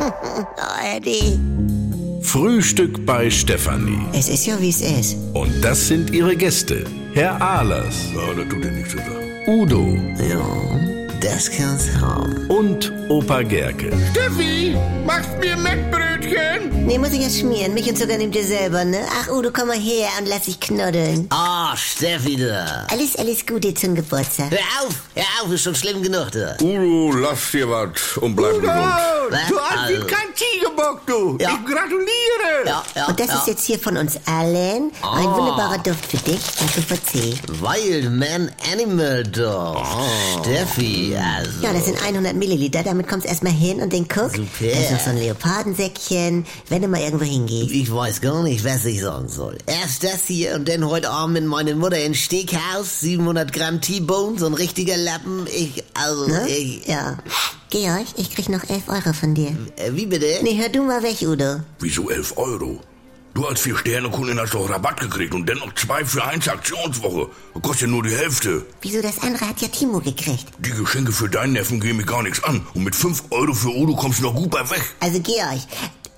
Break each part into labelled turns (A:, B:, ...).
A: oh, Eddie.
B: Frühstück bei Stefanie.
A: Es ist ja, wie es ist.
B: Und das sind ihre Gäste. Herr Ahlers,
C: Ja, das tut dir nichts zu sagen.
B: Udo
A: Ja, das kann's haben.
B: und Opa Gerke.
D: Steffi, machst mir Mettbrötchen?
A: Nee, muss ich jetzt schmieren. Mich und sogar nimmt ihr selber, ne? Ach, Udo, komm mal her und lass dich knuddeln.
E: Ah, Steffi, da.
A: Alles, alles Gute zum Geburtstag.
E: Hör auf, hör auf, ist schon schlimm genug, da.
C: Udo, lass dir was und bleib gesund.
D: Oh, du
E: Was?
D: hast wie
E: Also.
D: kein Tigerbock, du.
E: Ja.
D: Ich gratuliere.
E: Ja, ja,
A: Und das
E: ja.
A: ist jetzt hier von uns allen ein wunderbarer Duft für dich und für VC.
E: Wild Man Animal Dog. Steffi, also.
A: Ja, das sind 100 Milliliter, damit kommst erstmal hin und den guck.
E: Super.
A: Da ist noch so ein Leopardensäckchen, wenn du mal irgendwo hingehst.
E: Ich weiß gar nicht, was ich sagen soll. Erst das hier und dann heute Abend mit meiner Mutter in Steakhouse. 700 Gramm T-Bone, so ein richtiger Lappen. Ich, also,
A: Ne?
E: ich,
A: Ja. Georg, ich krieg noch 11 Euro von dir.
E: äh, wie bitte?
A: Nee, hör du mal weg, Udo.
C: Wieso 11 Euro? Du als Vier-Sterne-Kundin hast doch Rabatt gekriegt und dennoch zwei für eins Aktionswoche. Das kostet ja nur die Hälfte.
A: Wieso das andere hat ja Timo gekriegt?
C: Die Geschenke für deinen Neffen gehen mir gar nichts an. Und mit 5 Euro für Udo kommst du noch gut bei weg.
A: Also Georg,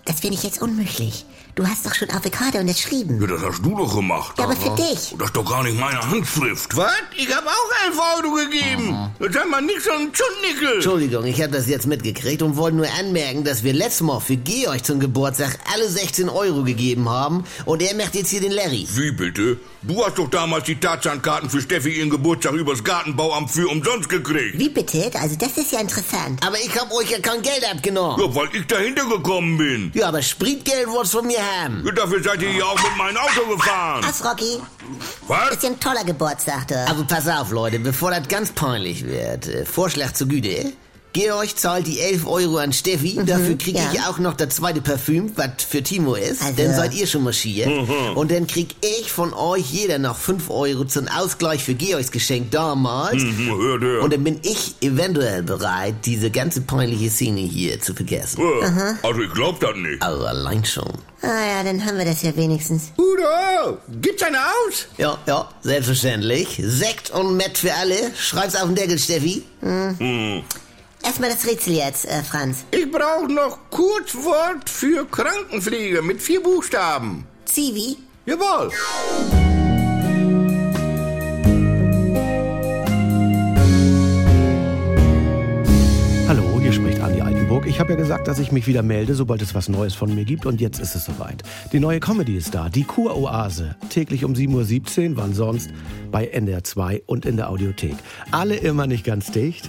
A: das finde ich jetzt unmöglich. Du hast doch schon Avocado unterschrieben.
C: Ja, das hast du doch gemacht.
A: Ja, aber für dich.
C: Und das ist doch gar nicht meine Handschrift.
D: Was? Ich hab auch 11 Euro gegeben. Sag mal, nicht so ein Zündnickel.
E: Entschuldigung, ich habe das jetzt mitgekriegt und wollte nur anmerken, dass wir letztes Mal für Georg zum Geburtstag alle 16 Euro gegeben haben und er macht jetzt hier den Larry.
C: Wie bitte? Du hast doch damals die Tarzankarten für Steffi ihren Geburtstag übers Gartenbauamt für umsonst gekriegt.
A: Wie bitte? Also das ist ja interessant.
E: Aber ich hab euch ja kein Geld abgenommen.
C: Ja, weil ich dahinter gekommen bin.
E: Ja, aber Spritgeld wollt's von mir haben.
C: Ja, dafür seid ihr ja auch mit meinem Auto gefahren.
A: Was, Rocky?
C: Was?
A: Ist ja ein toller Geburtstag, du.
E: Also pass auf, Leute, bevor das ganz peinlich wird. äh, Vorschlag zur Güte. Georg zahlt die 11 Euro an Steffi, dafür krieg ich
A: Mhm, ja.
E: auch noch das zweite Parfüm, was für Timo ist.
A: Also-
E: Dann seid ihr schon marschiert. Und dann krieg ich von euch jeder noch 5 Euro zum Ausgleich für Georgs Geschenk damals.
D: Mhm.
C: Hm, Hört her.
E: Und dann bin ich eventuell bereit, diese ganze peinliche Szene hier zu vergessen.
C: Äh, Also ich glaub das nicht.
E: Also allein schon.
A: Ah ja, dann haben wir das ja wenigstens.
D: Udo, gibt's eine aus?
E: Ja, ja, selbstverständlich. Sekt und Met für alle. Schreib's auf den Deckel, Steffi.
A: Erstmal das Rätsel jetzt, äh, Franz.
D: Ich brauch noch Kurzwort für Krankenpflege mit vier Buchstaben.
A: Zivi?
D: Jawohl.
F: Hallo, hier spricht Andi Altenburg. Ich habe ja gesagt, dass ich mich wieder melde, sobald es was Neues von mir gibt. Und jetzt ist es soweit. Die neue Comedy ist da, die Kuroase. Täglich um 7.17 Uhr, wann sonst? Bei NDR 2 und in der Audiothek. Alle immer nicht ganz dicht.